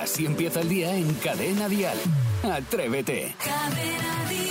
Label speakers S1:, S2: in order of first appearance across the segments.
S1: Así empieza el día en Cadena Dial. Atrévete.
S2: Cadena Dial.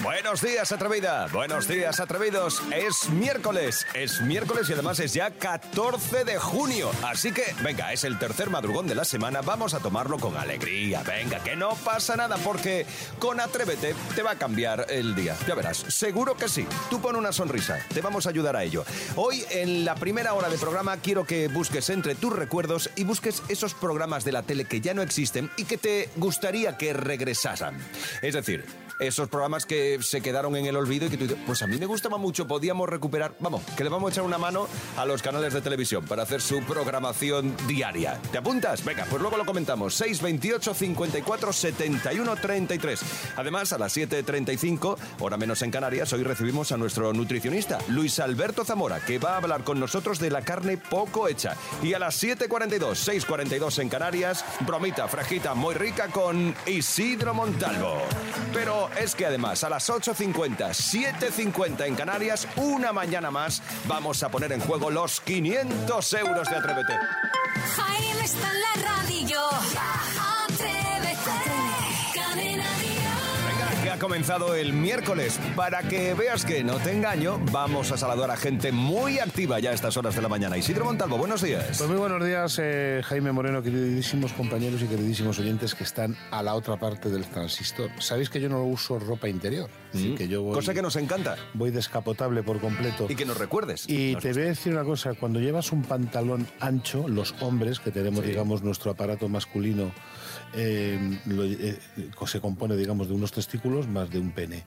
S3: Buenos días, atrevida. Buenos días, atrevidos. Es miércoles. Es miércoles y además es ya 14 de junio. Así que, venga, es el tercer madrugón de la semana. Vamos a tomarlo con alegría. Venga, que no pasa nada porque con Atrévete te va a cambiar el día. Ya verás. Seguro que sí. Tú pon una sonrisa. Te vamos a ayudar a ello. Hoy, en la primera hora de programa, quiero que busques entre tus recuerdos y busques esos programas de la tele que ya no existen y que te gustaría que regresaran. Es decir, esos programas que se quedaron en el olvido y que tú dices, pues a mí me gustaba mucho, podíamos recuperar, vamos, que le vamos a echar una mano a los canales de televisión para hacer su programación diaria. ¿Te apuntas? Venga, pues luego lo comentamos. 628 54 71 33. Además, a las 7.35, hora menos en Canarias, hoy recibimos a nuestro nutricionista, Luis Alberto Zamora, que va a hablar con nosotros de la carne poco hecha. Y a las 7.42, 6.42 en Canarias, bromita frajita muy rica con Isidro Montalvo. Pero es que además a las 8.50, 7.50 en Canarias, una mañana más, vamos a poner en juego los 500 euros de Atrévete.
S2: Jaime está en la radio. Atrévete. Cadena Dial.
S3: Venga, que ha comenzado el miércoles. Para que veas que no te engaño, vamos a saludar a gente muy activa ya a estas horas de la mañana. Isidro Montalvo, buenos días.
S4: Pues muy buenos días, eh, Jaime Moreno, queridísimos compañeros y queridísimos oyentes que están a la otra parte del transistor. Sabéis que yo no uso ropa interior, así que yo voy,
S3: Mm. Cosa que nos encanta
S4: voy descapotable por completo.
S3: y que nos recuerdes.
S4: Y
S3: Nos-
S4: te voy a decir una cosa, cuando llevas un pantalón ancho, los hombres que tenemos, digamos, nuestro aparato masculino, eh, lo- eh, se compone, digamos, de unos testículos más de un pene.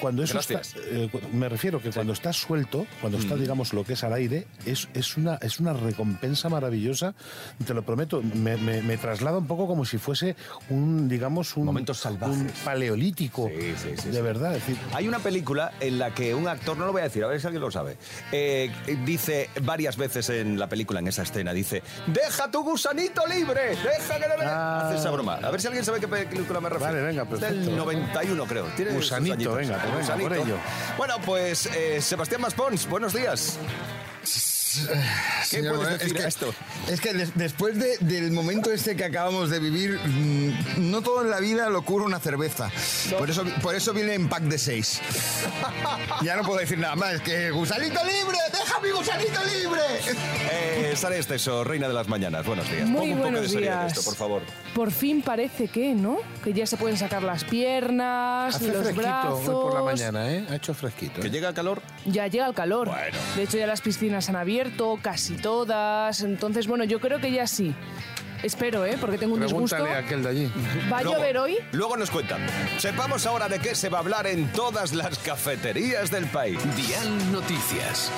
S4: Cuando eso está,
S3: Gracias. Mm.
S4: eh, cu- me refiero que cuando está suelto, cuando está, digamos, lo que es al aire, es, es, una, es una recompensa maravillosa, te lo prometo, me, me- me traslada un poco como si fuese un, digamos, un,
S3: Momentos salvajes.
S4: un paleolítico,
S3: Sí, sí, sí,
S4: de
S3: sí.
S4: verdad, es decir,
S3: Hay una película en la que un actor, no lo voy a decir, a ver si alguien lo sabe, eh, dice varias veces en la película, en esa escena, dice, deja tu gusanito libre, deja que le vea".
S4: Ah.
S3: Hace esa broma. A ver si alguien sabe qué película me refiero.
S4: Vale, venga,
S3: Es Del
S4: perfecto.
S3: 91, creo. Tiene sus
S4: Gusanito,
S3: añitos.
S4: venga, pues venga, por ello.
S3: Bueno, pues eh, Sebastián Maspons, buenos días. ¿Qué
S5: Señor
S3: puedes
S5: Moreno, es
S3: decir a
S5: que,
S3: esto?
S5: Es que des- después de- del momento este que acabamos de vivir, mm, no todo en la vida lo cura una cerveza. Por, eso, por eso viene en pack de seis. ya no puedo decir nada más. es que gusanito libre, deja mi gusanito libre.
S3: Eh, Sara Esteso, reina de las mañanas, buenos días. Pon
S6: Muy
S3: un poco de
S6: buenos
S3: seriedad en
S6: días.
S3: esto, por favor.
S6: Por fin parece que, ¿no? Que ya se pueden sacar las piernas,
S4: hace
S6: los
S4: fresquito
S6: brazos.
S4: hoy por la mañana, ¿eh? Ha hecho fresquito. ¿eh?
S3: ¿Que llega calor?
S6: Ya llega el calor.
S3: Bueno.
S6: De hecho, ya las piscinas han abierto, casi todas. Entonces, bueno, yo creo que ya sí. Espero, ¿eh? Porque tengo un disgusto.
S4: Pregúntale a aquel de allí.
S6: ¿Va a
S3: Luego-
S6: llover hoy?
S3: Luego nos cuentan. Sepamos ahora de qué se va a hablar en todas las cafeterías del país.
S1: Dial Noticias.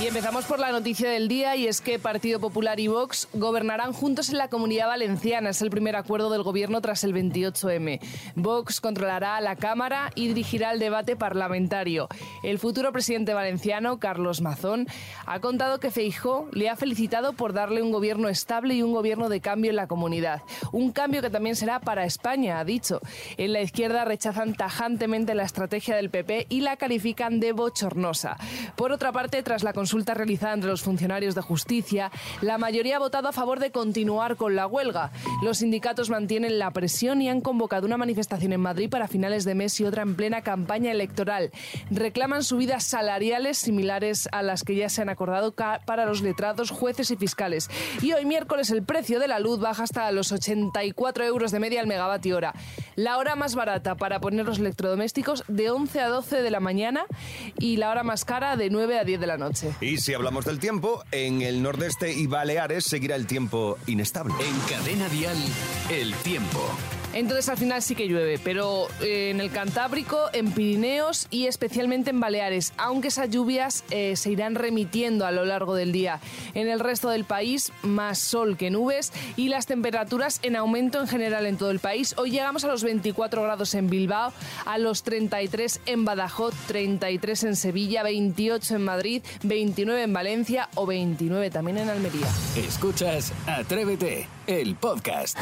S6: Y empezamos por la noticia del día y es que Partido Popular y Vox gobernarán juntos en la Comunidad Valenciana. Es el primer acuerdo del gobierno tras el 28M. Vox controlará la Cámara y dirigirá el debate parlamentario. El futuro presidente valenciano, Carlos Mazón, ha contado que Feijó le ha felicitado por darle un gobierno estable y un gobierno de cambio en la comunidad. Un cambio que también será para España, ha dicho. En la izquierda rechazan tajantemente la estrategia del PP y la califican de bochornosa. Por otra parte, tras la consulta realizada entre los funcionarios de justicia, la mayoría ha votado a favor de continuar con la huelga. Los sindicatos mantienen la presión y han convocado una manifestación en Madrid para finales de mes y otra en plena campaña electoral. Reclaman subidas salariales similares a las que ya se han acordado ca- para los letrados, jueces y fiscales. Y hoy miércoles el precio de la luz baja hasta los 84 euros de media al megavatio hora. La hora más barata para poner los electrodomésticos de 11 a 12 de la mañana y la hora más cara de 9 a 10 de la noche.
S3: Y si hablamos del tiempo, en el nordeste y Baleares seguirá el tiempo inestable. Eh,
S1: En Cadena Dial, el tiempo.
S6: Entonces al final sí que llueve, pero eh, en el Cantábrico, en Pirineos y especialmente en Baleares, aunque esas lluvias eh, se irán remitiendo a lo largo del día. En el resto del país, más sol que nubes y las temperaturas en aumento en general en todo el país. Hoy llegamos a los 24 grados en Bilbao, a los 33 en Badajoz, 33 en Sevilla, 28 en Madrid, 29 en Valencia o 29 también en Almería.
S1: Escuchas Atrévete, el podcast.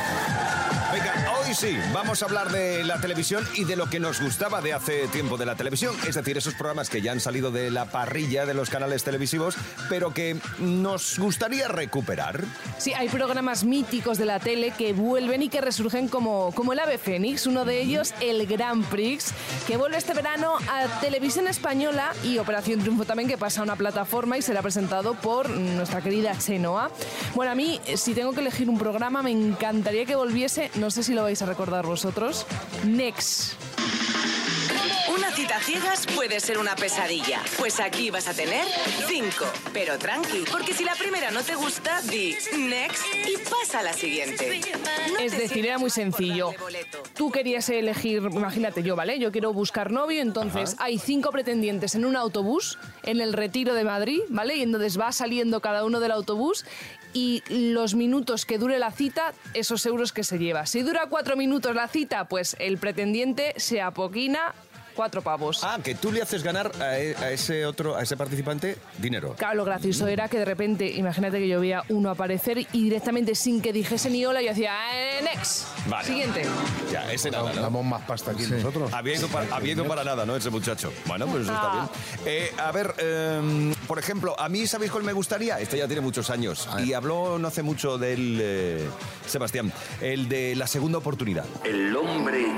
S3: Venga, hoy sí, vamos a hablar de la televisión y de lo que nos gustaba de hace tiempo de la televisión. Es decir, esos programas que ya han salido de la parrilla de los canales televisivos, pero que nos gustaría recuperar.
S6: Sí, hay programas míticos de la tele que vuelven y que resurgen como, como el ave fénix, uno de ellos el Grand Prix, que vuelve este verano a Televisión Española y Operación Triunfo también, que pasa a una plataforma y será presentado por nuestra querida Chenoa. Bueno, a mí, eh, si tengo que elegir un programa, me encantaría que volviese, no sé si lo vais a recordar vosotros, Next.
S7: Una cita a ciegas puede ser una pesadilla. Pues aquí vas a tener cinco. Pero tranqui, porque si la primera no te gusta, di next y pasa a la siguiente. No
S6: Es
S7: te
S6: decir, era
S7: sientas mal
S6: muy
S7: por
S6: sencillo.
S7: darle boleto.
S6: Tú querías elegir, imagínate yo, ¿vale? Yo quiero buscar novio, entonces hay cinco pretendientes en un autobús, en el retiro de Madrid, ¿vale? Y entonces va saliendo cada uno del autobús y los minutos que dure la cita, esos euros que se lleva. Si dura cuatro minutos la cita, pues el pretendiente se apoquina cuatro pavos.
S3: Ah, que tú le haces ganar a, e- a ese otro, a ese participante, dinero.
S6: Claro, lo gracioso era que de repente, imagínate que yo veía uno aparecer y directamente sin que dijese ni hola, yo hacía, "Eh, next,
S3: Vale.
S6: siguiente.
S3: Ya, ese nada, ¿no?
S4: Damos más pasta aquí nosotros.
S3: Había ido, para, había ido para nada, ¿no? Ese muchacho. Bueno, pues eso está
S4: Ah.
S3: bien. Eh, a ver, eh, por ejemplo, a mí, ¿sabéis cuál me gustaría? Este ya tiene muchos años. Y habló no hace mucho del. eh, Sebastián, el de la segunda oportunidad.
S8: El hombre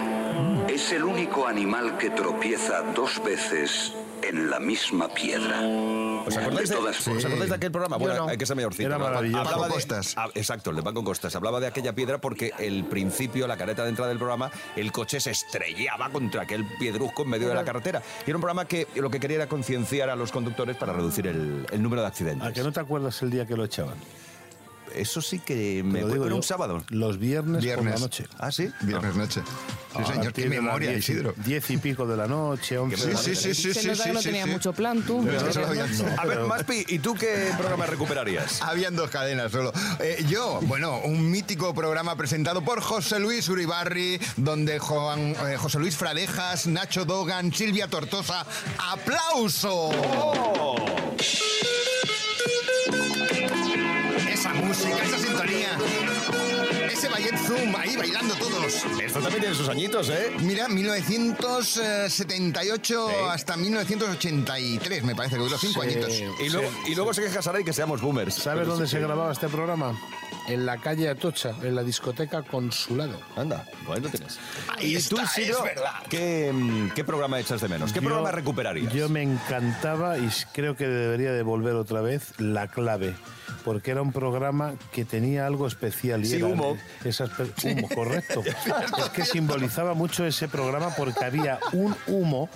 S8: es el único animal que tropieza dos veces en la misma piedra.
S3: ¿Os acordáis de,
S8: De todas
S3: ¿os acordáis de aquel programa? Bueno,
S4: no.
S3: hay que ser mayorcito.
S4: Era
S3: ¿no?
S4: maravilloso.
S3: Hablaba
S5: Paco
S3: de-
S5: Costas.
S3: ah, exacto, el de Paco Costas. Hablaba de aquella piedra porque el principio, la careta de entrada del programa, el coche se estrellaba contra aquel piedrusco en medio de la carretera. Y era un programa que lo que quería era concienciar a los conductores para reducir el, el número de accidentes.
S4: ¿A que no te acuerdas el día que lo echaban?
S3: Eso sí que
S4: Te
S3: me
S4: lo
S3: puede
S4: digo
S3: era
S4: yo.
S3: un sábado.
S4: Los viernes, por
S5: Viernes.
S4: la noche.
S3: ¿Ah, sí?
S5: Viernes noche. Sí,
S4: A
S5: señor,
S4: partir
S5: qué
S4: de las
S5: memoria,
S4: diez y-
S5: Isidro.
S4: Diez y pico de la noche, once
S5: Sí,
S4: de la
S5: sí,
S4: noche.
S5: sí, sí,
S6: Se
S5: sí,
S6: nota
S5: sí,
S6: que no
S5: sí,
S6: tenía
S5: sí.
S6: mucho plan, tú.
S5: Pero es que se lo había-
S3: A ver, Maspi, ¿y tú qué programa recuperarías?
S5: Habían dos cadenas solo. Eh, yo, bueno, un mítico programa presentado por José Luis Uribarri, donde Juan- eh, José Luis Fradejas, Nacho Dogan, Silvia Tortosa. ¡Aplauso! Esa música, esa sintonía, ese ballet zoom, ahí bailando todos.
S3: Esto también tiene sus añitos, ¿eh?
S5: Mira, eh, 1978 hasta 1983, me parece que duró cinco añitos.
S3: Y luego, y luego se queja Saray que seamos boomers.
S4: ¿Sabes
S3: Pero
S4: dónde
S3: sí
S4: se
S3: que-
S4: grababa este programa? En la calle Atocha, en la discoteca Consulado.
S3: Anda, pues ahí lo tienes.
S5: Ahí
S3: y tú,
S5: está, es
S3: Isidro,
S5: verdad.
S3: ¿qué, mm, qué programa echas de menos? ¿Qué
S4: Yo-
S3: programa recuperarías?
S4: Yo me encantaba y creo que debería de volver otra vez La Clave, porque era un programa que tenía algo especial. Y
S3: Sí,
S4: era
S3: humo.
S4: esas per- humo, correcto. es que simbolizaba mucho ese programa porque había un humo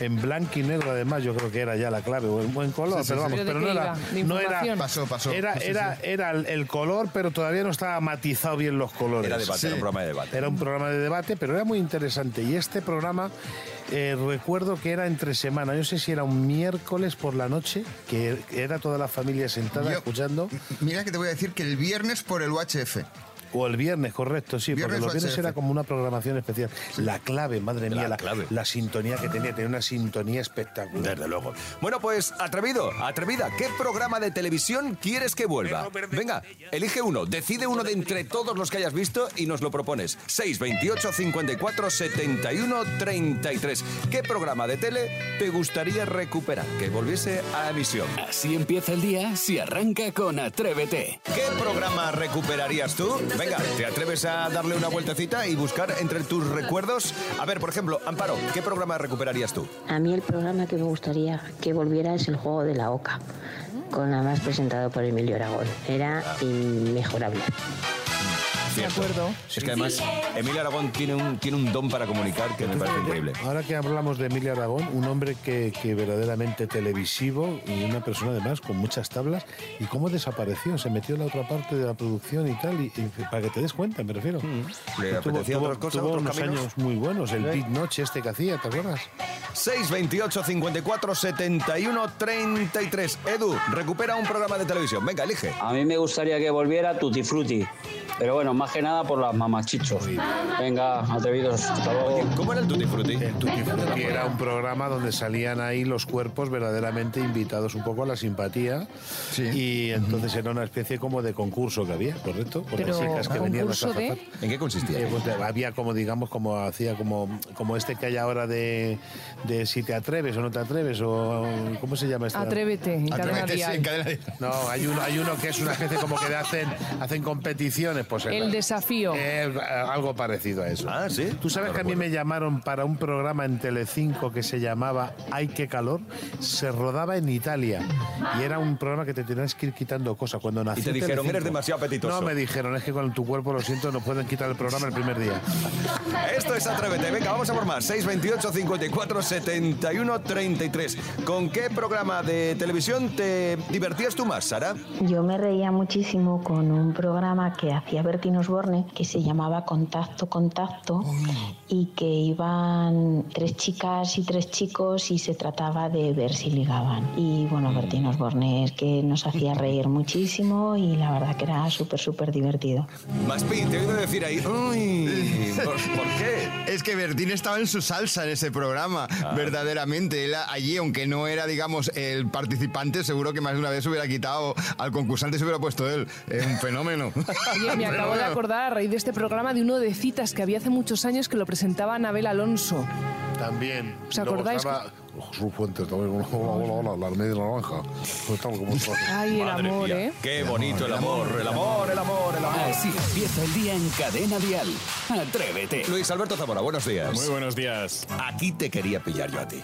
S4: en blanco y negro, además, yo creo que era ya La Clave, o en buen color,
S5: sí,
S4: pero
S5: sí.
S4: vamos,
S6: ¿Pero de
S4: pero
S6: qué
S4: no era,
S6: iba? ¿De
S4: no era-
S6: información?
S5: Pasó, pasó.
S4: Era,
S5: Sí, sí,
S4: era, era el, el color, pero todavía no estaba matizado bien los colores.
S3: Era debate, era un programa de debate.
S4: Era un programa de debate, pero era muy interesante. Y este programa, eh, recuerdo que era entre semana, yo sé si era un miércoles por la noche, que era toda la familia sentada
S5: Yo-
S4: escuchando,
S5: Mira que te voy a decir que el viernes por el UHF.
S4: o el viernes, correcto, sí,
S5: Viernes
S4: porque los
S5: o
S4: viernes
S5: HF.
S4: era como una programación especial. La clave, madre mía,
S3: La
S4: la,
S3: clave.
S4: la sintonía que tenía, tenía una sintonía espectacular.
S3: Desde luego. Bueno, pues atrevido, atrevida, ¿qué programa de televisión quieres que vuelva? Venga, elige uno, decide uno de entre todos los que hayas visto y nos lo propones. 628 54 71 33. ¿Qué programa de tele te gustaría recuperar? Que volviese a emisión.
S1: Así empieza el día si arranca con Atrévete.
S3: ¿Qué programa recuperarías tú? Venga, ¿te atreves a darle una vueltecita y buscar entre tus recuerdos? A ver, por ejemplo, Amparo, ¿qué programa recuperarías tú?
S9: A mí el programa que me gustaría que volviera es el juego de la OCA, con la más presentado por Emilio Aragón. Era inmejorable.
S6: De acuerdo.
S3: Es que además Emilio Aragón tiene un, tiene un don para comunicar que me parece increíble.
S4: Ahora que hablamos de Emilio Aragón, un hombre que, que verdaderamente televisivo y una persona además con muchas tablas, ¿y cómo desapareció? Se metió en la otra parte de la producción y tal, y, y para que te des cuenta, me refiero.
S3: Mm. Le
S4: Que
S3: apetecían otras cosas,
S4: tuvo
S3: otros
S4: unos
S3: caminos.
S4: años muy buenos, el Big Noche este que hacía, ¿te acuerdas?
S3: 628 54 71 33.
S4: Ah.
S3: Edu, recupera un programa de televisión. Venga, elige.
S10: A mí me gustaría que volviera Tutti Frutti. Pero bueno, más que nada por las mamachichos. Venga, atrevidos, hasta luego.
S3: ¿Cómo era el Tutti Frutti?
S4: El Tutti Frutti era un programa donde salían ahí los cuerpos verdaderamente invitados un poco a la simpatía.
S5: Sí.
S4: Y entonces era una especie como de concurso que había, ¿correcto? Con
S6: Pero,
S4: las chicas que venían las
S6: ¿concurso de?
S4: azafatas.
S3: ¿En qué
S4: Eh,
S3: consistía?
S4: pues, de- había como, digamos, como hacía como, como este que hay ahora de, de si te atreves o no te atreves o cómo se llama este.
S6: Atrévete, en Cadena
S5: Atrévete, sí,
S6: Dial.
S5: en cadena dial.
S4: No, hay uno, hay uno que es una especie como que de hacen, hacen competiciones. Pues,
S6: El
S4: eh,
S6: desafío.
S4: eh, algo parecido a eso.
S3: Ah, sí.
S4: Tú sabes
S3: No
S4: que a mí
S3: recuerdo.
S4: me llamaron para un programa en Telecinco que se llamaba Ay, qué calor. Se rodaba en Italia y era un programa que te tenías que ir quitando cosas. Cuando nací
S3: te
S4: en
S3: dijeron,
S4: Telecinco-
S3: "Eres demasiado apetitoso".
S4: No, me dijeron, es que con tu cuerpo, lo siento, no pueden quitar el programa el primer día.
S3: Esto es Atrévete. Venga, vamos a por más. 628 54 71 33. ¿Con qué programa de televisión te divertías tú más, Sara?
S9: Yo me reía muchísimo con un programa que hacía Bertín Osborne que se llamaba Contacto, Contacto y que iban tres chicas y tres chicos y se trataba de ver si ligaban. Y bueno, Bertín Osborne es que nos hacía reír muchísimo y la verdad que era súper, súper divertido.
S3: Maspi, te he oído decir ahí. Uy, ¿por, por qué?
S5: Es que Bertín estaba en su salsa en ese programa, verdaderamente. Él allí, aunque no era, digamos, el participante, seguro que más de una vez se hubiera quitado al concursante y se hubiera puesto él. Es un fenómeno.
S6: Oye, me acabo de acordar a raíz de este programa de uno de citas que había hace muchos años que lo presentaba Anabel Alonso.
S4: También.
S6: ¿Os acordáis
S4: Luego estaba- Jesús Fuentes también. Hola, hola, hola, la media naranja. ¿Qué tal? ¿Cómo estás?
S6: Ay, el
S3: Madre
S6: amor,
S3: mía,
S6: ¿eh?
S3: Qué bonito el amor, el amor, el amor, el amor.
S1: Así empieza el día en Cadena Dial. Atrévete.
S3: Luis Alberto Zamora, buenos días.
S11: Muy buenos días.
S3: Aquí te quería pillar yo a ti.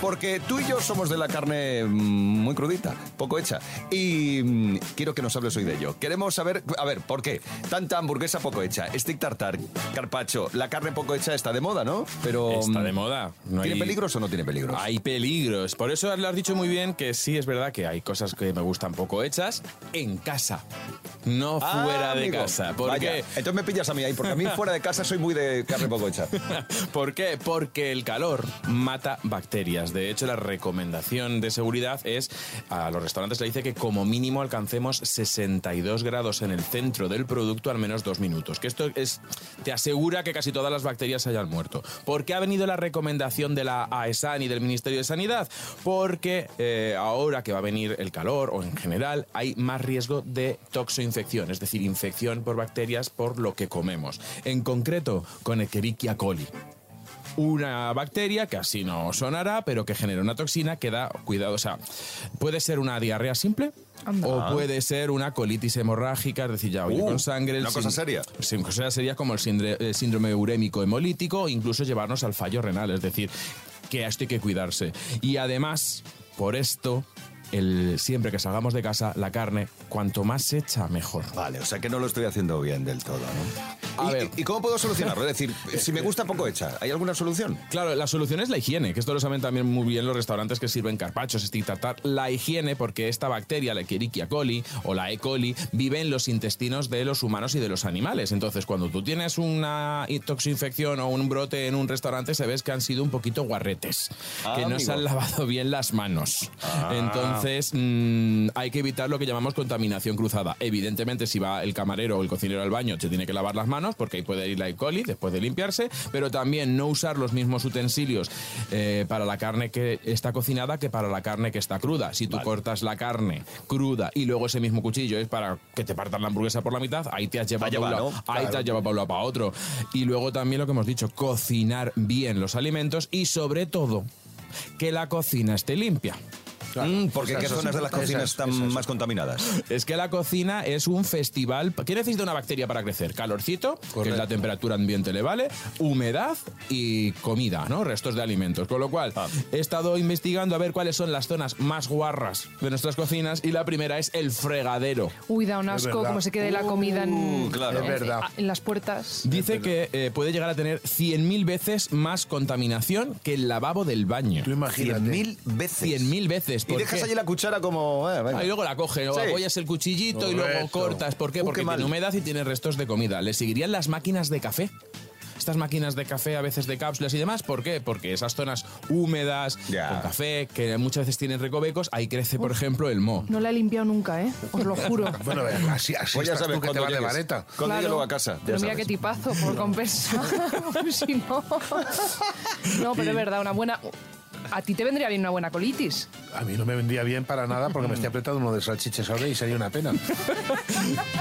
S3: Porque tú y yo somos de la carne mm, muy crudita, poco hecha. Y mm, quiero que nos hables hoy de ello. Queremos saber, a ver, ¿por qué? Tanta hamburguesa poco hecha, stick tartar, carpacho, la carne poco hecha está de moda, ¿no? Pero
S11: Está
S3: mm,
S11: de moda. No
S3: ¿Tiene
S11: hay-
S3: peligros o no tiene peligros?
S11: Hay peligros. Por eso lo has dicho muy bien que sí es verdad que hay cosas que me gustan poco hechas en casa. No
S3: Ah,
S11: fuera de
S3: amigo.
S11: casa. ¿Por
S3: Vaya,
S11: qué?
S3: Entonces me pillas a mí ahí, porque a mí fuera de casa soy muy de carne poco hecha.
S11: ¿Por qué? Porque el calor mata bacterias. De hecho, la recomendación de seguridad es a los restaurantes le dice que como mínimo alcancemos 62 grados en el centro del producto al menos dos minutos. Que esto es te asegura que casi todas las bacterias hayan muerto. ¿Por qué ha venido la recomendación de la AESAN y del Ministerio de Sanidad? Porque eh, ahora que va a venir el calor o en general hay más riesgo de toxoinfección, es decir, infección por bacterias por lo que comemos. En concreto, con Escherichia coli una bacteria que así no sonará, pero que genera una toxina que da cuidado. O sea, puede ser una diarrea simple. O puede ser una colitis hemorrágica, es decir, ya oye
S3: Uh,
S11: con sangre. el
S3: una cosa
S11: sin-
S3: seria.
S11: Sí, una cosa seria como el síndre- el síndrome urémico hemolítico, incluso llevarnos al fallo renal, es decir, que a esto hay que cuidarse. Y además, por esto, el, siempre que salgamos de casa, la carne, cuanto más hecha, mejor.
S3: Vale, o sea que no lo estoy haciendo bien del todo, ¿no?
S11: A
S3: ¿Y,
S11: ver.
S3: ¿Y cómo puedo solucionarlo? Es decir, si me gusta poco hecha, ¿hay alguna solución?
S11: Claro, la solución es la higiene, que esto lo saben también muy bien los restaurantes que sirven carpachos, stick tartar. La higiene, porque esta bacteria, la Escherichia coli o la E. coli, vive en los intestinos de los humanos y de los animales. Entonces, cuando tú tienes una toxinfección o un brote en un restaurante, se ves que han sido un poquito guarretes,
S3: Ah,
S11: que no se
S3: amigo.
S11: han lavado bien las manos. Entonces, mm, hay que evitar lo que llamamos contaminación cruzada. Evidentemente, si va el camarero o el cocinero al baño, se tiene que lavar las manos porque ahí puede ir la E. coli después de limpiarse, pero también no usar los mismos utensilios eh, para la carne que está cocinada que para la carne que está cruda. Si tú cortas la carne cruda y luego ese mismo cuchillo es para que te partan la hamburguesa por la mitad, ahí te has llevado,
S3: Vaya
S11: a un
S3: va,
S11: lado-
S3: ¿no?
S11: ahí te
S3: Claro.
S11: has lleva para un lado para otro. Y luego también lo que hemos dicho, cocinar bien los alimentos y sobre todo que la cocina esté limpia.
S3: Mm, porque qué zonas de las cocinas
S4: Esas-
S3: están más contaminadas.
S11: Es que la cocina es un festival. ¿Qué necesita una bacteria para crecer? Calorcito, que es la temperatura ambiente le vale, humedad y comida, ¿no? Restos de alimentos. Con lo cual,
S3: Ah.
S11: he estado investigando a ver cuáles son las zonas más guarras de nuestras cocinas y la primera es el fregadero.
S6: Uy, da un asco
S4: verdad.
S6: cómo se quede la comida en,
S3: Uh, claro.
S6: en-
S4: Es verdad.
S6: en las puertas.
S11: Dice que eh, puede llegar a tener 100.000 veces más contaminación que el lavabo del baño.
S4: Tú imagínate.
S3: 100.000 veces.
S11: 100.000 veces.
S3: Y
S11: ¿por
S3: dejas
S11: qué?
S3: allí la cuchara como... eh, venga.
S11: Ah, y luego la coge, o
S3: Sí.
S11: apoyas el cuchillito y luego
S4: Correcto.
S11: cortas. ¿Por qué?
S3: Uh,
S11: Porque
S3: qué mal.
S11: tiene humedad y tiene restos de comida. ¿Le seguirían las máquinas de café? estas máquinas de café, a veces de cápsulas y demás. ¿Por qué? Porque esas zonas húmedas, con café, que muchas veces tienen recovecos, ahí crece, por ejemplo, el moho.
S6: No la he limpiado nunca, ¿eh? Os lo juro.
S4: Bueno, a ver, así, así
S3: Pues ya
S4: estás
S3: sabes
S4: tú que te
S3: cuando
S4: vas de
S3: llegues.
S4: vareta.
S3: Cuando
S6: Claro.
S3: llegue luego a casa. ya
S6: Pero mira qué
S3: sabes.
S6: tipazo, por compensar. si no. No, pero es verdad, una buena. A ti te vendría bien una buena colitis.
S4: A mí no me vendría bien para nada porque me estoy apretando uno de salchichas ahora y sería una pena.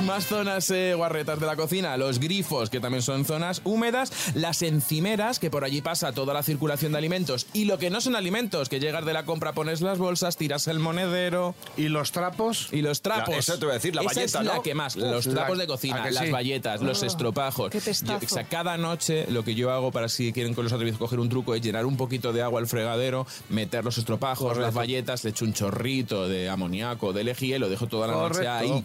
S11: Más zonas eh, guarretas de la cocina, los grifos, que también son zonas húmedas, las encimeras, que por allí pasa toda la circulación de alimentos, y lo que no son alimentos, que llegas de la compra, pones las bolsas, tiras el monedero.
S4: ¿Y los trapos?
S11: Y los trapos.
S3: La- eso te voy a decir, la
S11: Esa
S3: bayeta,
S11: es la
S3: ¿no?
S11: que más,
S3: Uf,
S11: los
S3: la-
S11: trapos de
S3: ¿a
S11: cocina,
S3: que
S11: las
S3: sí?
S11: galletas, los
S6: Ah,
S11: estropajos.
S6: qué pestazo.
S11: Yo- o sea, cada noche lo que yo hago para si quieren con los atrevidos coger un truco es llenar un poquito de agua al fregadero, meter los estropajos, las galletas, le echo un chorrito de amoniaco, de lejía y lo dejo toda la noche
S4: Correcto.
S11: ahí.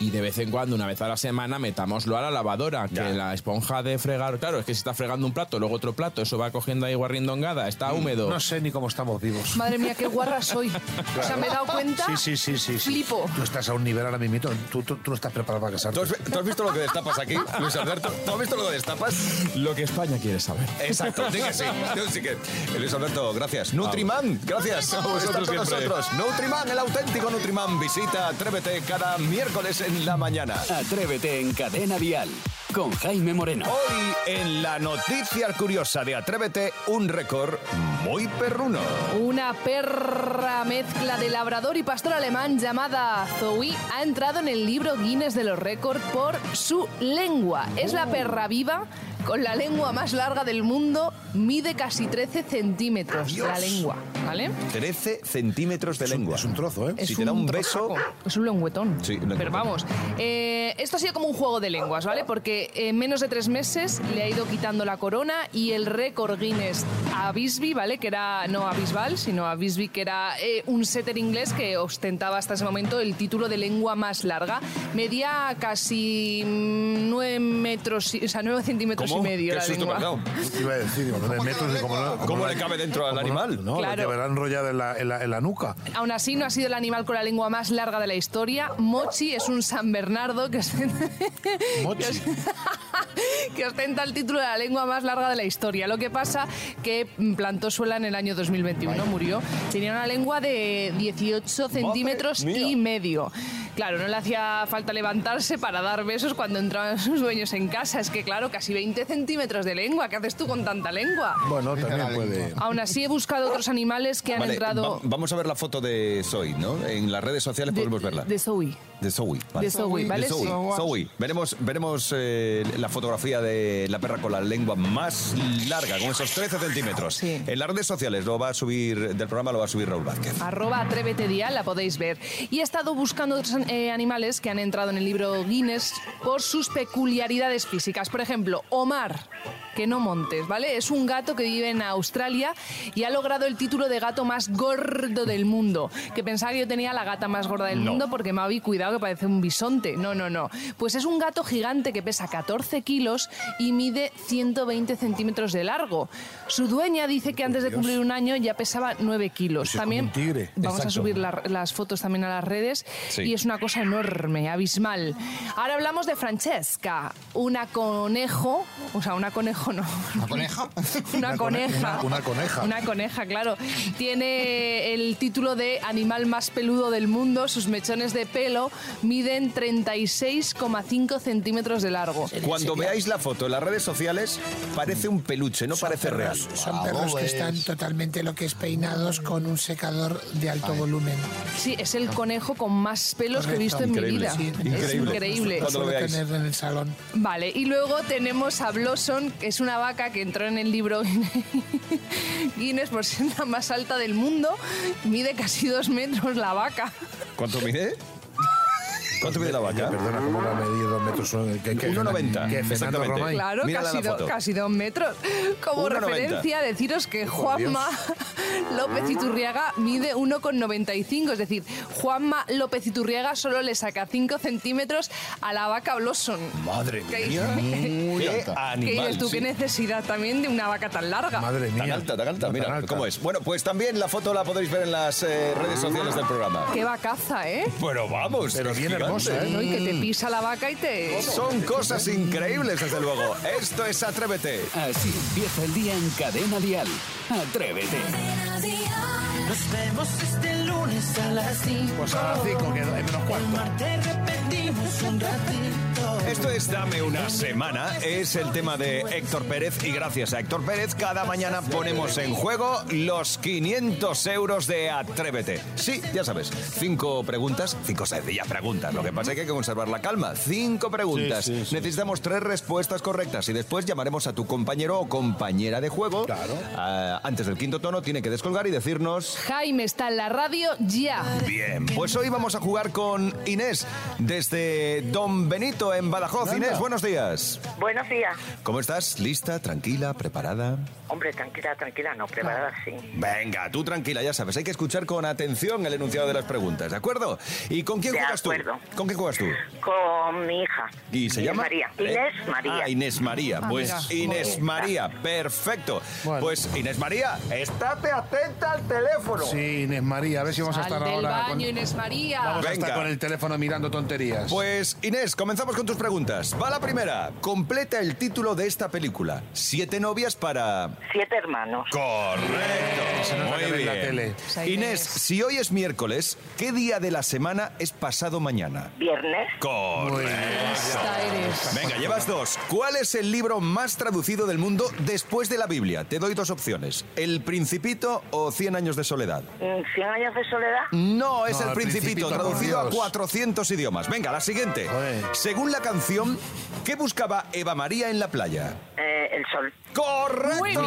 S11: Y de vez en cuando, una vez a la semana, metámoslo a la lavadora, que la esponja de fregar, claro, es que si está fregando un plato, luego otro plato, eso va cogiendo ahí guarrindongada, está
S3: Mm.
S11: húmedo.
S4: No sé ni cómo estamos vivos.
S6: Madre mía, qué guarra soy. O sea, me he dado cuenta.
S4: Sí, sí, sí, sí. sí.
S6: Flipo.
S4: Tú estás a un nivel ahora mismo. Tú, tú, tú no estás preparado para casarte.
S3: ¿Tú has, tú has visto lo que destapas aquí, Luis Alberto? ¿Tú has visto lo que destapas?
S11: Lo que España quiere saber.
S3: Exacto, di que sí. di que sí que- Luis Alberto, gracias. Nutriman, gracias a vosotros con nosotros. Nutriman, el auténtico Nutriman. Visita Atrévete cada miércoles en la mañana.
S1: Atrévete en Cadena Dial con Jaime Moreno.
S3: Hoy en la noticia curiosa de Atrévete, un récord muy perruno.
S6: Una perra mezcla de labrador y pastor alemán llamada Zoe ha entrado en el libro Guinness de los récords por su lengua. Es
S4: Oh.
S6: la perra viva con la lengua más larga del mundo, mide casi 13 centímetros la lengua, ¿vale?
S3: 13 centímetros de lengua.
S4: Es un trozo, ¿eh?
S6: Es
S3: Si te da un beso-
S6: trozaco, Es un lengüetón.
S3: Sí, un lengüetón.
S6: Pero vamos, eh, esto ha sido como un juego de lenguas, ¿vale? Porque en menos de tres meses le ha ido quitando la corona y el récord Guinness a Bisbee, ¿vale? Que era, no a Bisbal, sino a Bisbee, que era eh, un setter inglés que ostentaba hasta ese momento el título de lengua más larga. Medía casi mm, nueve metros, y- o sea, nueve centímetros
S3: ¿Cómo?
S6: y medio
S3: Qué
S6: la
S3: susto me
S6: lengua.
S3: has dado.
S4: Iba a decir, digo, nueve metros de como no- como
S3: ¿Cómo
S4: no-
S3: le cabe dentro al
S4: como no-
S3: animal?
S4: No,
S6: Claro.
S4: la llevará enrollada en la, en la- en la nuca.
S6: Aún así, no ha sido el animal con la lengua más larga de la historia. Mochi es un San Bernardo que ostenta, que os- que ostenta el título de la lengua más larga de la historia. Lo que pasa que plantó suela en el año 2021, murió. Tenía una lengua de 18 centímetros
S3: mía!
S6: y medio. Claro, no le hacía falta levantarse para dar besos cuando entraban sus dueños en casa. Es que, claro, casi 20 centímetros de lengua. ¿Qué haces tú con tanta lengua?
S4: Bueno, también puede.
S6: Aún así, he buscado otros animales que han
S3: Vale,
S6: entrado...
S3: va- vamos a ver la foto de Zoe, ¿no? En las redes sociales podemos verla.
S6: de Zoe.
S3: De Zoe,
S6: De Zoe, ¿vale?
S3: De Zoe,
S6: Sí.
S3: Zoe. Veremos, veremos eh, la fotografía de la perra con la lengua más larga, con esos 13 centímetros.
S6: Sí.
S3: En las redes sociales lo va a subir, del programa lo va a subir Raúl Vázquez.
S6: Arroba Atrévete Dial, la podéis ver. Y he estado buscando otros eh, animales que han entrado en el libro Guinness por sus peculiaridades físicas. Por ejemplo, Omar, que no montes, ¿vale? Es un gato que vive en Australia y ha logrado el título de gato más gordo del mundo. Que pensaba que yo tenía la gata más gorda del mundo porque me había cuidado que parece un bisonte. No, no, no. Pues es un gato gigante que pesa 14 kilos y mide 120 centímetros de largo. Su dueña dice que antes de cumplir un año ya pesaba 9 kilos.
S4: es como
S6: También
S4: un tigre.
S6: vamos a
S4: Exacto.
S6: subir la- las fotos también a las redes
S3: Sí.
S6: y es una cosa enorme, abismal. Ahora hablamos de Francesca, una conejo, o sea, una conejo no.
S5: ¿La coneja?
S6: Una,
S4: Una cone-
S6: coneja.
S4: una- una coneja.
S6: Una coneja, claro. Tiene el título de animal más peludo del mundo. Sus mechones de pelo miden 36,5 centímetros de largo.
S3: Cuando veáis la foto en las redes sociales, parece un peluche, no parece real.
S12: Son perros que están totalmente lo que es peinados con un secador de alto volumen.
S6: Sí, es el conejo con más pelos que he visto en
S3: Increíble.
S6: mi vida.
S12: Sí,
S6: Es
S3: Increíble.
S6: increíble.
S3: Cuando lo
S12: Suelo
S3: veáis.
S12: tener en el salón.
S6: Vale, y luego tenemos a Blossom, que es una vaca que entró en el libro Guinness por ser la más alta del mundo. Mide casi dos metros la vaca.
S3: ¿Cuánto mide? ¿Cuánto mide la vaca?
S4: Perdona, ¿cómo va a medir dos metros? Que, que,
S3: 1,90,
S4: Que Fernando
S3: exactamente.
S4: Romay.
S6: Claro,
S3: mírala
S6: casi,
S3: la
S6: do-
S3: foto.
S6: casi dos metros. Como
S3: 1,90.
S6: referencia, deciros que Juanma López Iturriaga mide 1,95. Es decir, Juanma López Iturriaga solo le saca 5 centímetros a la vaca Blossom.
S3: Madre
S6: ¿Qué-
S3: Qué
S6: ¿Qué
S3: animal.
S6: dices tú?
S3: sí.
S6: ¿Qué necesidad también de una vaca tan larga?
S4: Madre mía.
S3: Tan alta, tan alta,
S4: No,
S3: mira
S4: tan alta.
S3: cómo es. Bueno, pues también la foto la podéis ver en las eh, redes sociales del programa.
S6: Qué vacaza, ¿eh?
S3: Pero vamos,
S4: Pero
S3: es
S4: bien
S3: gigante. José.
S6: Bueno, y que te pisa la vaca y te...
S3: Son cosas increíbles, desde luego. Esto es Atrévete.
S1: Así empieza el día en Cadena Dial. Atrévete.
S2: Nos vemos este lunes a las 5.
S4: Pues a las 5 quedó en menos cuarto.
S2: Martes repetimos un ratito.
S3: Esto es Dame una semana, es el tema de Héctor Pérez y gracias a Héctor Pérez cada mañana ponemos en juego los 500 euros de Atrévete. Sí, ya sabes, cinco preguntas, cinco sencillas preguntas, lo que pasa es que hay que conservar la calma, cinco preguntas,
S4: Sí, sí, sí.
S3: necesitamos tres respuestas correctas y después llamaremos a tu compañero o compañera de juego. Claro. antes del quinto tono tiene que descolgar y decirnos...
S6: Jaime está en la radio ya.
S3: Bien, pues hoy vamos a jugar con Inés desde Don Benito en Badajoz.
S13: Anda.
S3: Inés, buenos días.
S13: Buenos días.
S3: ¿Cómo estás? ¿Lista? ¿Tranquila? ¿Preparada?
S13: Hombre, tranquila, tranquila, no, preparada sí.
S3: Venga, tú tranquila, ya sabes, hay que escuchar con atención el enunciado de las preguntas, ¿de acuerdo? ¿Y con quién
S13: De
S3: juegas
S13: acuerdo.
S3: tú? ¿Con quién juegas tú?
S13: Con mi hija.
S3: ¿Y se
S13: Inés
S3: llama?
S13: María.
S3: ¿Eh?
S13: Inés María.
S3: Ah, Inés María.
S13: Ah,
S3: Pues
S13: mira, muy
S3: Inés
S13: bien.
S3: María, perfecto. Pues Inés María, estate atenta al teléfono.
S4: Sí, Inés María, a ver si vamos Pues a
S6: Al
S4: estar
S6: del
S4: ahora. con-
S6: baño, Inés María.
S4: Vamos a estar
S3: Venga.
S4: con el teléfono mirando tonterías.
S3: Pues Inés, comenzamos con tus preguntas. Va la primera. Completa el título de esta película. Siete novias para...
S13: Siete hermanos.
S3: Correcto.
S4: nota que
S3: Muy
S4: ves
S3: bien.
S4: la tele.
S3: Inés, si hoy es miércoles, ¿qué día de la semana es pasado mañana?
S13: Viernes.
S3: Correcto.
S6: Esta eres.
S3: Venga, llevas dos. ¿Cuál es el libro más traducido del mundo después de la Biblia? Te doy dos opciones. ¿El Principito o Cien años de soledad?
S13: Mm, ¿Cien años de soledad?
S3: No, es
S4: No,
S3: el
S4: El
S3: Principito,
S4: Principito, por
S3: traducido a
S4: Dios.
S3: 400 idiomas. Venga, la siguiente.
S4: Joder.
S3: Según la canción, ¿qué buscaba Eva María en la playa?
S13: Eh, el sol.
S3: ¡Correcto!
S6: Muy bien.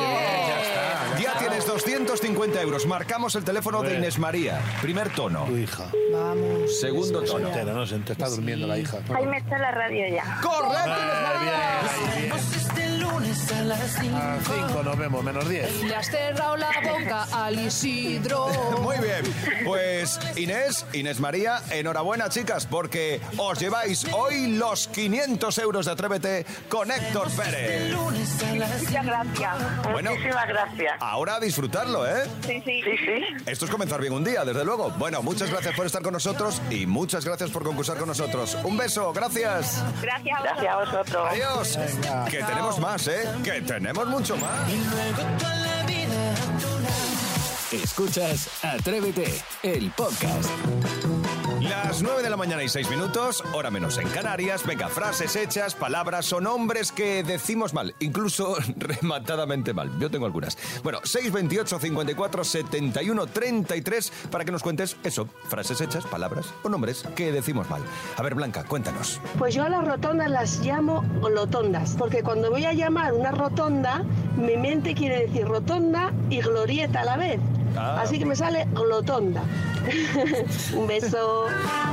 S6: Ya
S3: Ya tienes 250 euros. Marcamos el teléfono de Inés María. Primer tono.
S4: Tu hija.
S6: Vamos.
S3: Segundo
S4: No se
S3: tono.
S4: entera, no se entera. Está durmiendo la hija. Eh,
S13: Jaime está en la radio ya.
S3: ¡Correcto,
S4: Ah.
S3: Inés María!
S6: este
S4: A las 5 nos vemos, menos 10.
S6: Le has cerrado la boca al Isidro.
S3: Muy bien. Pues Inés, Inés María, enhorabuena, chicas, porque os lleváis hoy los 500 euros de Atrévete con Héctor Pérez.
S13: Muchas gracias.
S3: Bueno.
S13: Muchísimas gracias.
S3: Ahora a disfrutarlo, ¿eh?
S13: Sí, sí. Sí, sí.
S3: Esto es comenzar bien un día, desde luego. Bueno, muchas gracias por estar con nosotros y muchas gracias por concursar con nosotros. Un beso, gracias.
S13: Gracias a vosotros. Gracias a vosotros.
S3: Adiós. Que tenemos más, ¿eh? Que tenemos mucho más.
S1: Escuchas Atrévete, el podcast.
S3: Las 9 de la mañana y 6 minutos, hora menos en Canarias. Venga, frases hechas, palabras o nombres que decimos mal, incluso rematadamente mal. Yo tengo algunas. Bueno, 628 54 71 33 para que nos cuentes eso, frases hechas, palabras o nombres que decimos mal. A ver, Blanca, cuéntanos.
S14: Pues yo a las rotondas las llamo glotondas, porque cuando voy a llamar una rotonda, mi mente quiere decir rotonda y glorieta a la vez.
S3: Ah.
S14: Así que me sale glotonda. Un beso.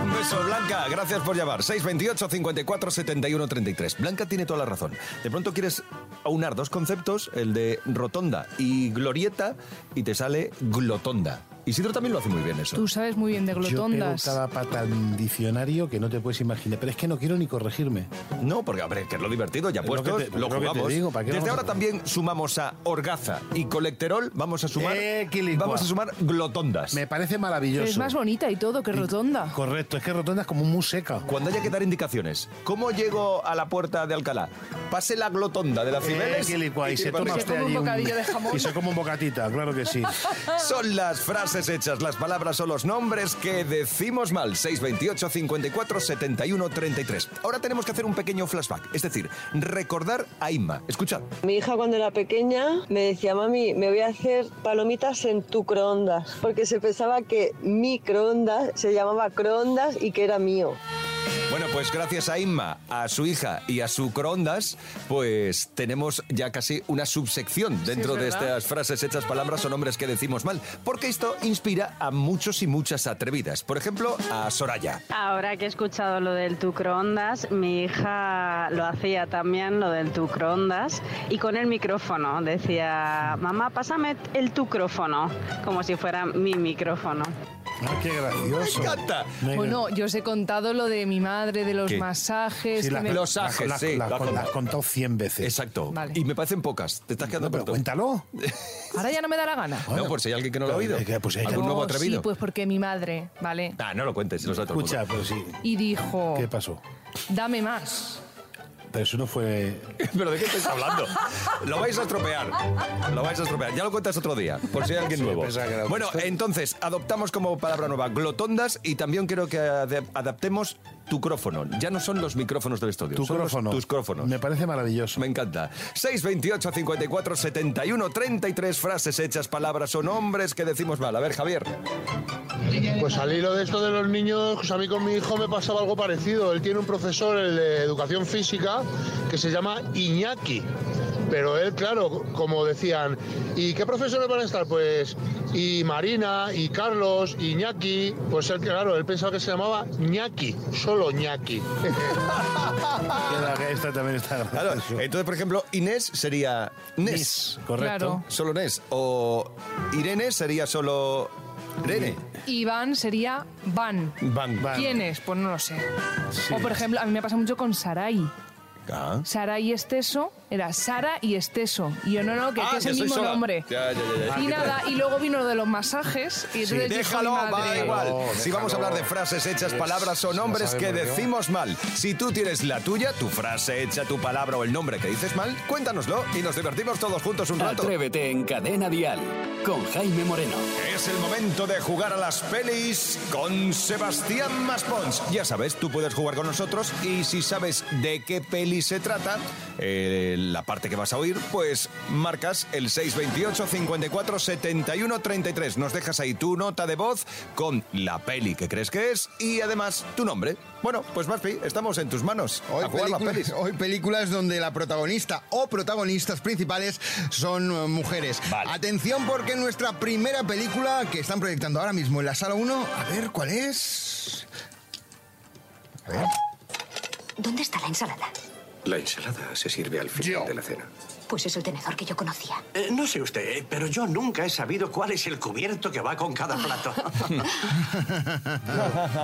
S3: Un beso, Blanca. Gracias por llamar. 628 54 71 33. Blanca tiene toda la razón. De pronto quieres aunar dos conceptos, el de rotonda y glorieta, y te sale glotonda. Isidro también lo hace muy bien eso.
S6: Tú sabes muy bien de
S4: Yo pego
S6: glotondas.
S4: cada pata en diccionario que no te puedes imaginar. Pero es que no quiero ni corregirme.
S3: No, porque a ver, que es lo divertido, ya
S4: Es lo que
S3: puestos, lo,
S4: te- es lo que te
S3: jugamos.
S4: digo, ¿para qué
S3: Desde
S4: vamos a
S3: ahora
S4: jugar?
S3: también sumamos a orgaza y colecterol, vamos a sumar
S4: Equilicua.
S3: vamos a sumar glotondas.
S4: Me parece
S6: Pero
S4: maravilloso.
S6: es más bonita y todo que rotonda.
S4: Correcto, es que rotonda es como muy seca. Eh,
S3: Cuando haya que dar indicaciones, ¿cómo llego a la puerta de Alcalá? Pase la glotonda de la Cibeles.
S4: Equilicua, y se
S3: tira para
S4: toma
S6: se
S3: arriba.
S4: usted
S6: come un
S4: allí
S6: bocadillo de jamón.
S4: Y se come un bocatita, claro que sí. Ah,
S3: Son las frases hechas, las palabras o los nombres que decimos mal. 628 54 71 33. Ahora tenemos que hacer un pequeño flashback, es decir, recordar a Inma. Escuchad.
S15: Mi hija cuando era pequeña me decía, mami, me voy a hacer palomitas en tu croondas, porque se pensaba que mi croondas se llamaba croondas y que era mío.
S3: Bueno, pues gracias a Inma, a su hija y a su crondas, pues tenemos ya casi una subsección dentro
S6: es
S3: de
S6: verdad.
S3: estas frases hechas, palabras o nombres que decimos mal, porque esto inspira a muchos y muchas atrevidas. Por ejemplo, a Soraya.
S16: Ahora que he escuchado lo del tu croondas, mi hija lo hacía también, lo del tu croondas, y con el micrófono. Decía, mamá, pásame el tu crófono, como si fuera mi micrófono.
S4: qué gracioso.
S3: Me encanta.
S6: Bueno, yo os he contado lo de mi madre, de los
S3: ¿Qué?
S6: masajes.
S4: Sí,
S6: que
S4: la-
S6: este me-
S3: Los ajes,
S4: la-
S3: sí.
S4: la-
S3: lo has
S4: la-
S3: contado.
S4: has contado 100 veces.
S3: Exacto.
S6: Vale.
S3: Y me parecen pocas. Te estás quedando corto.
S4: Cuéntalo.
S6: Ahora ya no me da la gana.
S3: No, por si hay alguien que no lo ha oído. Pues ¿Algún
S6: No,
S3: nuevo atrevido?
S6: Sí, pues porque mi madre, ¿vale?
S3: Ah, no lo cuentes. si Los otros
S4: Escucha, pues sí.
S6: Y dijo,
S4: ¿Qué pasó?
S6: dame más.
S4: Pero eso no fue.
S3: ¿Pero de qué estáis hablando? Lo vais a estropear. Lo vais a estropear. Ya lo cuentas otro día, por si hay alguien
S4: Sí,
S3: nuevo.
S4: pensaba que era
S3: Bueno,
S4: justo.
S3: entonces, adoptamos como palabra nueva glotondas y también quiero que ade- adaptemos tu crófono. Ya no son los micrófonos del estudio,
S4: Tu
S3: son los-
S4: crófono.
S3: tus crófonos.
S4: Me parece maravilloso.
S3: Me encanta. 628 54 71 33 frases hechas, palabras o nombres que decimos mal. A ver, Javier.
S17: Pues al hilo de esto de los niños, pues a mí con mi hijo me pasaba algo parecido. Él tiene un profesor el de educación física que se llama Iñaki. Pero él, claro, como decían, ¿y qué profesores van a estar? Pues, y Marina, y Carlos, y Iñaki. Pues él, claro, él pensaba que se llamaba Ñaki, solo Ñaki.
S4: Esta también está
S3: Claro, entonces, por ejemplo, Inés sería Nes.
S4: Nes, correcto. Claro.
S3: Solo Nes. O Irene sería solo Irene.
S6: Iván sería Van.
S3: Van.
S6: ¿Quién es? Pues no lo sé.
S3: Sí.
S6: O por ejemplo, a mí me pasa mucho con Sarai.
S3: Ah.
S6: Sarai Esteso era Sara y Esteso. Y yo no, no, que,
S3: Ah,
S6: que es el
S3: soy
S6: mismo
S3: sola.
S6: nombre.
S3: Ya, ya, ya, Ah, ya.
S6: Y nada, y luego vino lo de los masajes. Y entonces dijo
S3: déjalo,
S6: mi madre,
S3: va igual. si vamos a hablar de frases hechas,
S4: Yes,
S3: palabras o
S4: ya
S3: nombres que
S4: sabemos yo.
S3: decimos mal. Si tú tienes la tuya, tu frase hecha, tu palabra o el nombre que dices mal, cuéntanoslo y nos divertimos todos juntos un rato.
S1: Atrévete en Cadena Dial con Jaime Moreno.
S3: Es el momento de jugar a las pelis con Sebastián Maspons. Ya sabes, tú puedes jugar con nosotros y si sabes de qué peli se trata, eh, la parte que vas a oír, pues marcas el 628 54 71 33. Nos dejas ahí tu nota de voz con la peli que crees que es y además tu nombre. Bueno, pues Maspi, estamos en tus manos.
S5: Hoy,
S3: a jugar las
S5: película-
S3: pelis.
S5: hoy películas donde la protagonista o protagonistas principales son eh, mujeres. Atención porque nuestra primera película que están proyectando ahora mismo en la sala 1, a ver cuál es. A ver.
S18: ¿Dónde está la ensalada?
S19: La ensalada se sirve al final de la cena.
S18: Pues es el tenedor que yo conocía.
S19: Eh, no sé usted, eh, pero yo nunca he sabido cuál es el cubierto que va con cada plato.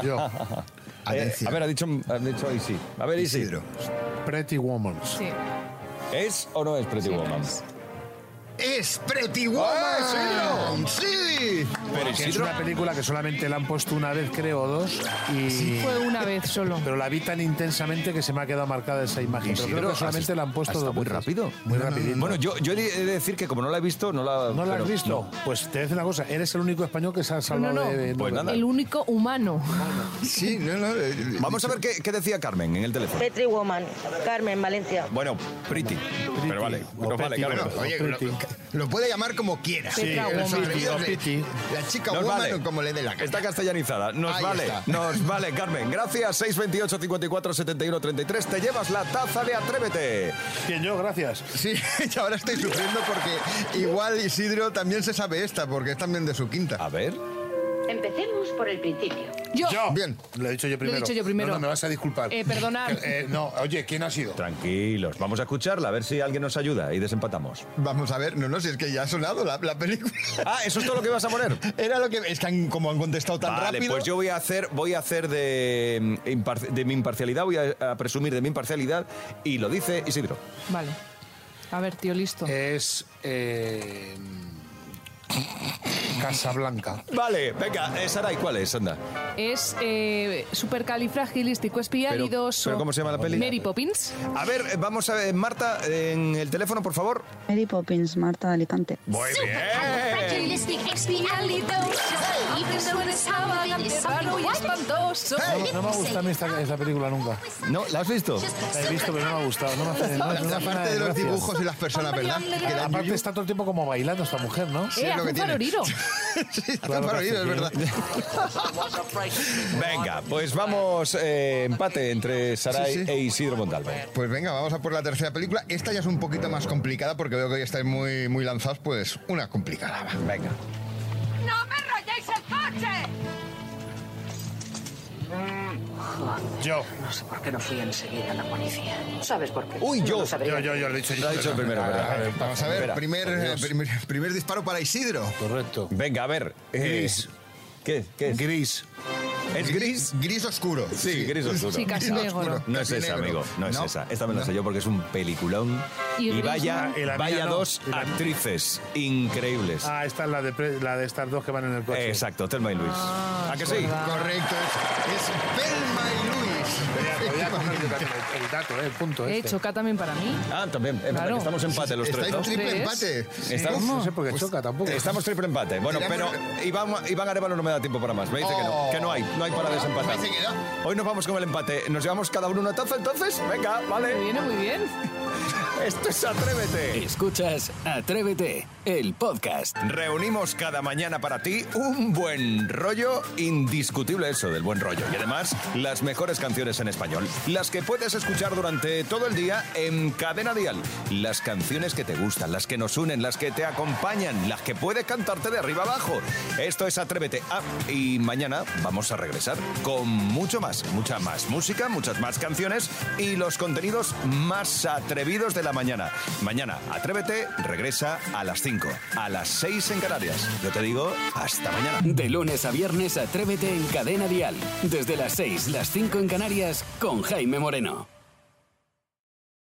S3: Eh, a ver, ha dicho, ha dicho Isi. A ver, Isi.
S4: Pretty Woman.
S6: Sí.
S3: ¿Es o no es Pretty Woman?
S5: ¡Es Pretty
S3: ¡Ah!
S5: Woman! ¡Sí!
S4: Pero es una película que solamente la han puesto una vez, creo, o dos. Y...
S6: Fue una vez solo.
S4: Pero la vi tan intensamente que se me ha quedado marcada esa imagen. Pero creo
S3: Isidro,
S4: que solamente
S3: has-
S4: la han puesto
S3: has estado
S4: dos
S3: muy
S4: veces.
S3: rápido.
S4: Muy rapidito.
S3: Bueno, yo, yo he de decir que como no la he visto, no la...
S4: ¿No la
S3: pero-
S4: has visto?
S3: no.
S4: Pues te voy a decir una cosa, eres el único español que se ha
S6: No,
S4: salvado
S6: no,
S4: de... de-
S3: Pues nada.
S6: El único humano.
S5: Sí, no, no. eh,
S3: Vamos a ver qué, qué decía Carmen en el teléfono.
S20: Petri Woman, Carmen, Valencia.
S3: Bueno, pretty. Pero vale, nos vale,
S5: Pretty,
S3: Carmen.
S5: bueno, oye, lo- Lo puede llamar como quiera.
S3: Sí,
S5: Los
S3: Woman.
S5: atrevidos
S3: Pretty,
S5: le-
S3: o Pretty.
S5: La chica
S3: Nos
S5: woman
S3: vale.
S5: o como le dé la gana.
S3: Está castellanizada. Nos
S5: Ahí
S3: vale,
S5: está.
S3: nos vale, Carmen. Gracias, 628 54 71 33. Te llevas la taza de Atrévete.
S4: ¿Quién yo? Gracias.
S5: Sí, y ahora estoy sufriendo porque igual Isidro también se sabe esta, porque es también de su quinta. A
S3: ver.
S18: Empecemos por el principio.
S6: Yo.
S5: Bien.
S4: Lo he dicho yo primero.
S6: Lo he dicho yo primero.
S4: No, no, me vas a disculpar.
S6: Eh, perdonad.
S4: Eh, no, oye, ¿quién ha sido?
S3: Tranquilos, vamos a escucharla, a ver si alguien nos ayuda y desempatamos.
S5: Vamos a ver, no, no, si es que ya ha sonado la, la película.
S3: Ah, ¿eso es todo lo que vas a poner?
S5: Era lo que. Es que han- como han contestado tan
S3: Vale,
S5: rápido.
S3: pues yo voy a hacer, voy a hacer de, mm, impar- de mi imparcialidad, voy a, a presumir de mi imparcialidad y lo dice Isidro.
S6: Vale. A ver, tío, listo.
S3: Eh.
S4: Es... Casablanca.
S3: Vale, venga, eh, Saray, ¿cuál es? Anda.
S6: Es eh, supercalifragilístico, espialidoso.
S3: Pero- pero ¿cómo se llama la peli?
S6: Mary Poppins.
S3: A ver, eh, vamos a ver, Marta, en el teléfono, por favor.
S21: Mary Poppins, Marta de Alicante.
S3: Muy bien.
S18: este
S6: Eh,
S4: No, no me ha gustado a mí esta, esta película nunca.
S3: ¿No? ¿La has visto?
S4: La he visto, pero no me ha gustado. No me hace, no, no me hace nada
S5: Aparte de los
S4: gracia.
S5: dibujos y las personas, ¿verdad? Que la-
S4: Aparte está todo el tiempo como bailando esta mujer, ¿no?
S5: Sí, Eh, es lo hace que un tiene. faroriro.
S4: sí,
S5: hace un faroriro, es verdad.
S3: Venga, pues vamos, eh, empate entre Saray
S5: Sí, sí.
S3: e Isidro Montalvo.
S5: Pues venga, vamos a por la tercera película. Esta ya es un poquito más complicada porque veo que hoy estáis muy, muy lanzados, pues una complicada.
S3: Venga.
S2: ¡No me rayéis el coche!
S4: Yo.
S7: No sé por qué no fui enseguida a la policía. ¿Sabes por qué? No lo sabría.
S4: lo he dicho
S3: Lo ha dicho el primero, ¿verdad?
S5: Vamos a ver,
S3: Espera.
S5: primer, eh, primer, primer disparo para Isidro.
S4: Correcto.
S3: Venga, a ver. eh,
S5: Gris.
S3: ¿Qué? ¿Qué es?
S4: Gris.
S3: ¿Es gris?
S5: Gris oscuro.
S3: Sí, gris oscuro.
S6: Sí, casi
S3: Gris
S6: negro.
S3: oscuro. No es
S5: Casi
S3: esa,
S5: negro.
S3: amigo. No es
S5: No.
S3: esa. Esta me la sé yo porque es un peliculón.
S6: Y
S3: Y
S6: gris,
S3: vaya,
S6: ¿no? Y la mía
S3: vaya
S4: no.
S3: dos
S4: Y la-
S3: actrices increíbles.
S4: Ah, esta es la de, pre- la de estas dos que van en el coche.
S3: Exacto, Telma y Luis. ¿A que sí?
S5: Correcto, es, es Pelma y Luis.
S4: Voy a coger yo también el, el dato, eh, el punto.
S6: Eh,
S4: este.
S6: choca también para mí.
S3: Ah, también. Es verdad
S6: Claro.
S3: que estamos empate los tres.
S5: Estáis
S3: ¿no?
S5: triple
S6: ¿Tres?
S5: empate.
S3: Sí. Estamos-
S4: No sé por qué
S5: Pues-
S4: choca tampoco.
S3: Estamos triple empate. Bueno, pero
S5: Tiramos-
S3: Iván, Iván Arevalo no me da tiempo para más. Me dice que no,
S5: Oh.
S3: que no hay, no hay para desempatar.
S5: Ahí se quedó.
S3: Hoy nos vamos con el empate. ¿Nos llevamos cada uno una taza entonces? Venga,
S6: Me
S3: vale.
S6: viene muy bien.
S3: Esto es Atrévete.
S1: Escuchas Atrévete, el podcast.
S3: Reunimos cada mañana para ti un buen rollo, indiscutible eso del buen rollo. Y además, las mejores canciones en español, las que puedes escuchar durante todo el día en Cadena Dial. Las canciones que te gustan, las que nos unen, las que te acompañan, las que puedes cantarte de arriba abajo. Esto es Atrévete. Ah, y mañana vamos a regresar con mucho más, mucha más música, muchas más canciones y los contenidos más atrevidos de la mañana. Mañana, Atrévete regresa a las 5, a las 6 en Canarias. Yo te digo, hasta mañana.
S1: De lunes a viernes, Atrévete en Cadena Dial. Desde las 6, las 5 en Canarias, con Jaime Moreno.